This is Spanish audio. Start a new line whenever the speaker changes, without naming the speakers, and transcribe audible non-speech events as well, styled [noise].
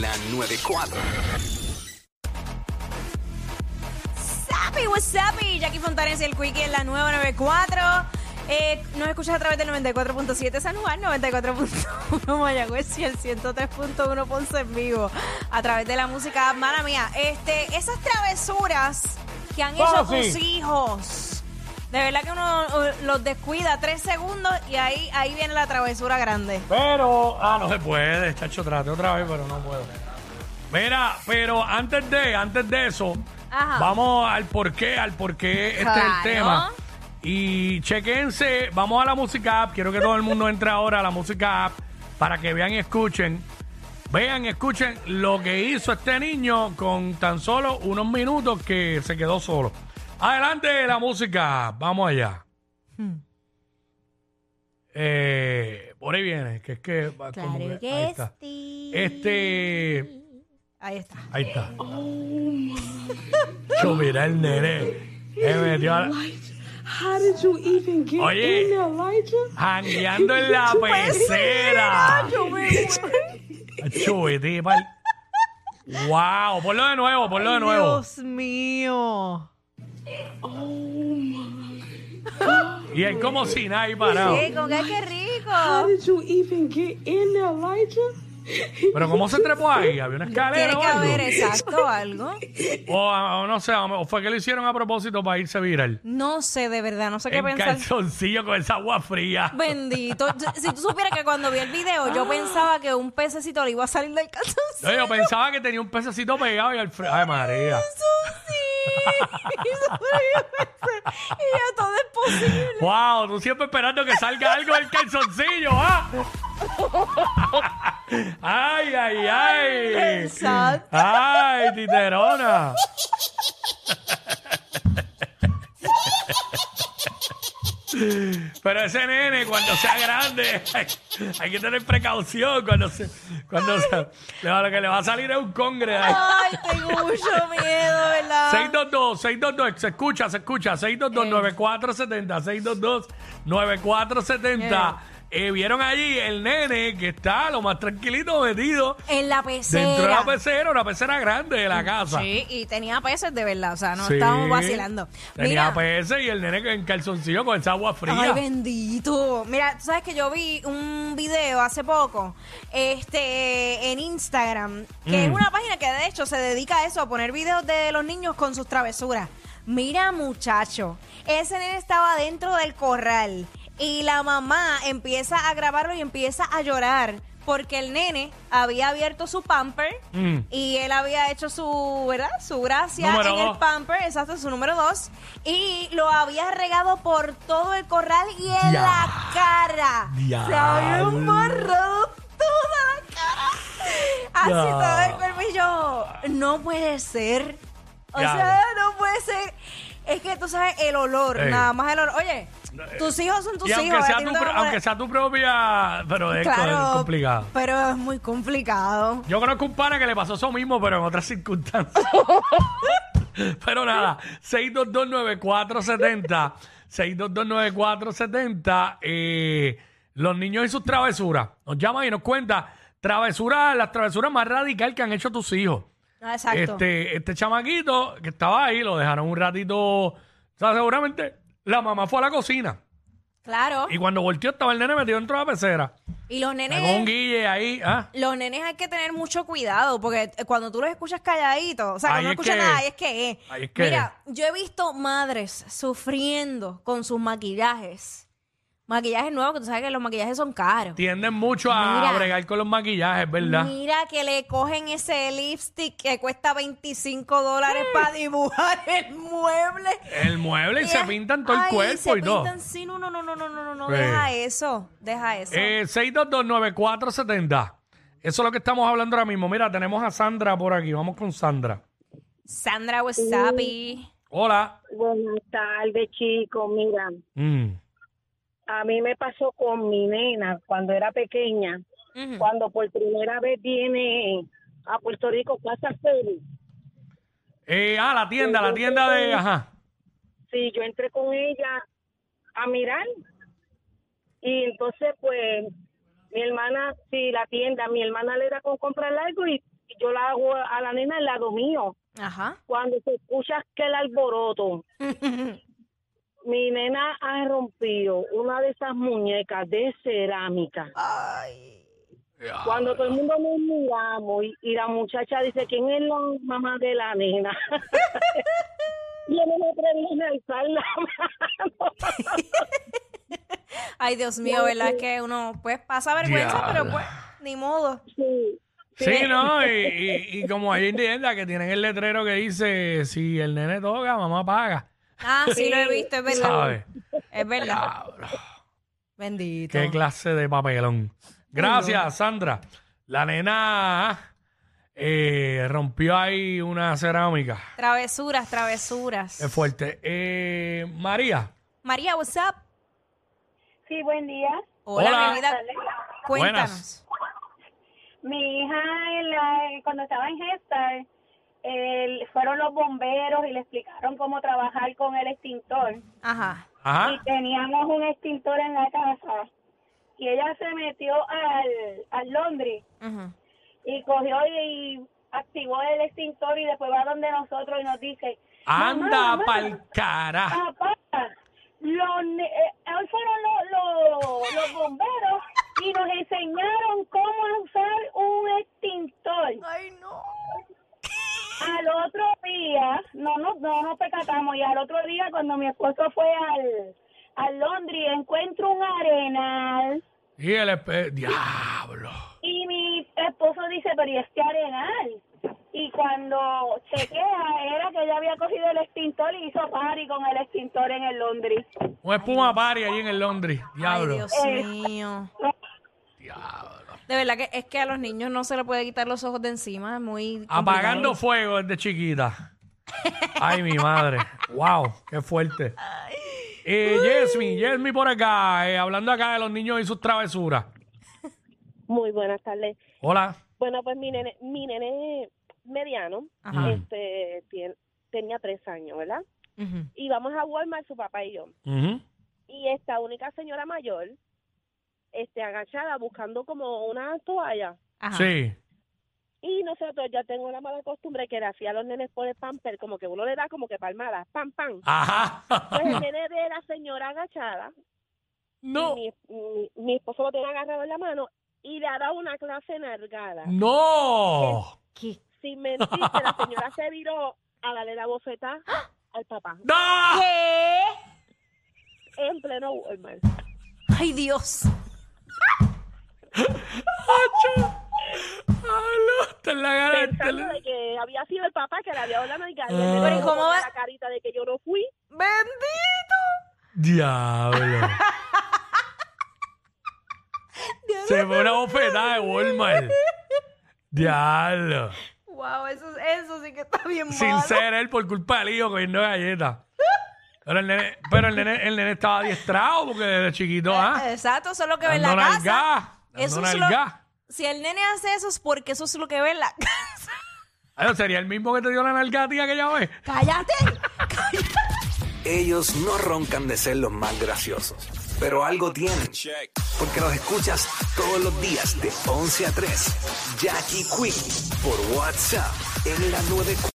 la 94.
Sapi, what's up? Y Jackie Fontanes y el Quickie en la 994. Eh, nos escuchas a través del 94.7 San Juan, 94.1 Mayagüez y el 103.1 Ponce en vivo. A través de la música, mala mía. Este, esas travesuras que han hecho
Fácil.
tus hijos. De verdad que uno eh, los descuida tres segundos y ahí, ahí viene la travesura grande.
Pero, ah, no se puede, chacho, trate otra vez, pero no puedo. Mira, pero antes de, antes de eso,
Ajá.
vamos al porqué, al porqué este es
Claro.
el tema. Y chequense, vamos a la música app, quiero que todo el mundo entre ahora a la música app para que vean y escuchen. Vean, y escuchen lo que hizo este niño con tan solo unos minutos que se quedó solo. Adelante la música, vamos allá. Eh, por ahí viene, que es que... va como que- ahí está. Este...
Ahí está.
Ahí está. [laughs] Yo mira el nene. Se metió a-
How did you even get
Oye.
in, Elijah?
jangueando en la pecera. Chubete, pal. Wow, ponlo de nuevo, ponlo de nuevo.
Dios mío.
Y él como sin ahí parado.
Rico, qué, qué rico.
How did you even get in, Elijah? [laughs]
Pero ¿cómo se trepó ahí? ¿Había una
Tiene
escalera o
que haber
algo?
exacto algo.
O, ah, o no sé, o fue que lo hicieron a propósito para irse viral.
No sé, de verdad, no sé qué
En
pensar.
calzoncillo con esa agua fría.
Bendito. Si tú supieras que cuando vi el video,
Ah.
yo pensaba que un pececito le iba a salir del calzoncillo.
No, yo pensaba que tenía un pececito pegado y al fre- Ay, María.
sí. Y yo pensé, y yo, todo es posible.
Wow, tú siempre esperando que salga algo del calzoncillo, ¿ah? ay, ay, ay.
Pensad.
Ay, titerona. Pero ese nene, cuando sea grande, hay, hay que tener precaución. Cuando se, cuando se- le va- lo que le va a salir es un congre. ahí.
Ay, tengo mucho miedo, ¿verdad?
622, 622, se escucha, se escucha,
Eh.
622-9470, 622-9470. Eh, vieron allí el nene que está lo más tranquilito metido
En la
dentro de pues,
pecera.
la pecera, una pecera grande de la casa.
Sí, y tenía peces de verdad, o sea, no
Sí.
estábamos vacilando.
Tenía
Mira,
peces y el nene en calzoncillo con esa agua
Ay,
fría.
bendito. Mira, tú sabes que yo vi un video hace poco este en Instagram, que es
Mm.
una página que de hecho se dedica a eso, a poner videos de los niños con sus travesuras. Mira, muchacho, ese nene estaba dentro del corral y la mamá empieza a grabarlo y empieza a llorar porque el nene había abierto su pamper
Mm.
y él había hecho su, ¿verdad? Su gracia
Número
en el
dos.
pamper, exacto, su número dos, y lo había regado por todo el corral y en
Ya.
la cara.
Ya.
Se había embarrado toda la cara. Así
Ya.
todo el cuerpo y yo, no puede ser. O
Ya.
sea, no puede ser. Es que tú sabes el olor,
Ey. eh.
nada más el olor. Oye, tus hijos son tus
y
hijos.
aunque
a
sea,
ti no
tu,
te
pro-
van a poner-
aunque sea tu propia, pero es, es complicado.
Pero es muy complicado.
Yo conozco un pana que le pasó eso mismo, pero en otras circunstancias. pero nada, 6229470, 6229470, eh, los niños y sus travesuras. Nos llaman y nos cuenta travesuras, las travesuras más radicales que han hecho tus hijos.
Ah, Exacto.
Este, este chamaquito que estaba ahí, lo dejaron un ratito. O sea, seguramente la mamá fue a la cocina.
claro.
Y cuando volteó estaba el nene metido dentro de la pecera.
Y los
Con un
nenes,
guille ahí, ¿ah?
los nenes hay que tener mucho cuidado, porque eh, cuando tú los escuchas calladitos, o sea, cuando
Ahí
no
es
escuchas
que-
nada, ahí es que es.
ahí es que
Mira, yo he visto madres sufriendo con sus maquillajes. Maquillajes nuevos, que tú sabes que los maquillajes son caros.
tienden mucho a
Mira.
bregar con los maquillajes, ¿verdad?
Mira que le cogen ese lipstick que cuesta 25 dólares para dibujar el mueble.
El mueble y se pintan todo el
Ay,
cuerpo
se
y todo.
pintan- sí, no, no, no, no, no, no, no, no,
Sí.
deja eso, deja eso.
Eh, 6229470. Eso es lo que estamos hablando ahora mismo. Mira, tenemos a Sandra por aquí. Vamos con Sandra.
Sandra Wasabi.
Hola.
Buenas tardes, chicos. Mira,
Mm.
a mí me pasó con mi nena cuando era pequeña,
Ujú.
cuando por primera vez viene a Puerto Rico Plaza Félix.
Eh, ah, la tienda, la tienda de... Ajá.
Sí, yo entré con ella a mirar. Y entonces, pues, mi hermana, sí, la tienda, mi hermana le era con comprar algo y yo la hago a la nena al lado mío.
Ajá.
Cuando se escucha aquel
[laughs]
alboroto, mi nena ha rompido una de esas muñecas de cerámica.
Ay.
Cuando todo el mundo nos miramos y, y la muchacha dice, ¿quién es la mamá de la nena?
[laughs]
y él me atreví a alzar la mano.
Ay, Dios mío, ¿verdad? Que uno pues pasa vergüenza, pero
Diabla.
pues ni modo.
Sí.
Sí, ¿no? Y, y- y como hay tiendas que tienen el letrero que dice, si el nene toca, mamá paga.
Ah, sí, lo he visto, es verdad.
¿Sabes?
Es verdad.
Diablo.
Bendito.
Ah. Qué clase de papelón. Gracias, Sandra. La nena eh, rompió ahí una cerámica.
Travesuras, travesuras.
Es fuerte. Eh, María.
María, what's up?
Sí, buen día.
Hola,
Hola.
mi vida. Cuéntanos.
Mi hija, en la- cuando estaba en Head Start, el- fueron los bomberos y le explicaron cómo trabajar con el extintor.
Ajá.
Ajá.
Teníamos un extintor en la casa y ella se metió al, al Londres
Ujú.
y cogió y, y activó el extintor y después va donde nosotros y nos dice,
Anda pa'l carajo.
papá, los, ne- eh, hoy fueron los, los, los bomberos y nos enseñaron cómo usar un extintor.
Ay, no.
Al otro día, no nos no, nos percatamos, y al otro día cuando mi esposo fue al, al Londres, encuentro un arenal,
Y el espe- diablo.
y mi esposo dice, pero ¿y este arenal? Y cuando chequea, era que ella había cogido el extintor y hizo party con el extintor en el Londres.
Un espuma pari ahí en el Londres.
Ay,
Diablo.
Dios mío.
Diablo.
De verdad que es que a los niños no se le puede quitar los ojos de encima. Es muy.
Apagando
complicado.
fuego
[laughs]
desde chiquita. Ay, mi madre. Wow, qué fuerte. Eh, Yesmi, Yesmi por acá, eh, hablando acá de los niños y sus travesuras.
Muy buenas tardes.
Hola.
Bueno, pues mi nene, mi nene mediano,
Ah.
Ajá.
este, tien- tenía tres años, ¿verdad?
Mm.
Ujú.
Y vamos a Walmart, su papá y yo.
Ujú.
Y esta única señora mayor, este, agachada, buscando como una toalla.
Ajá.
Sí.
Y nosotros, ya tengo la mala costumbre que le hacía a los nenes por el pamper, como que uno le da como que palmadas, pam, pam.
Ajá.
Pues el nene de la señora agachada,
No.
mi, mi, mi esposo lo tiene agarrado en la mano y le ha dado una clase nargada.
No.
¿Qué?
Sin mentirte, la señora se viró a darle la bofeta al papá
No.
¿Qué?
en pleno Walmart.
Ay, Dios.
Acho. Aló, te la gana- te
Pensando
la-
de que había sido el papá que le había dado la nalga y él
Ah.
le
Pero, ¿y
puso
cómo va?
la carita de que yo no fui.
Bendito.
Diablo.
Dios
Se fue una bofetada de Walmart. Diablo.
Wow, eso, eso sí que está bien
Sin
malo.
ser él por culpa del hijo cogiendo galletas. Pero el nene, pero el nene, el nene estaba adiestrado porque desde chiquito,
Eh,
¿ah?
Exacto, eso es lo que ve en la
Dando
casa.
nalgá, dando
eso es
nalgá.
lo, si el nene hace eso es porque eso es lo que ve en la casa.
Ay, sería el mismo que te dio la nalga, tía, que ya ves.
¡Cállate! ¡Cállate!
Ellos no roncan de ser los más graciosos, pero algo tienen. Porque los escuchas todos los días de 11 a 3. Jackie Quick por WhatsApp en la 9.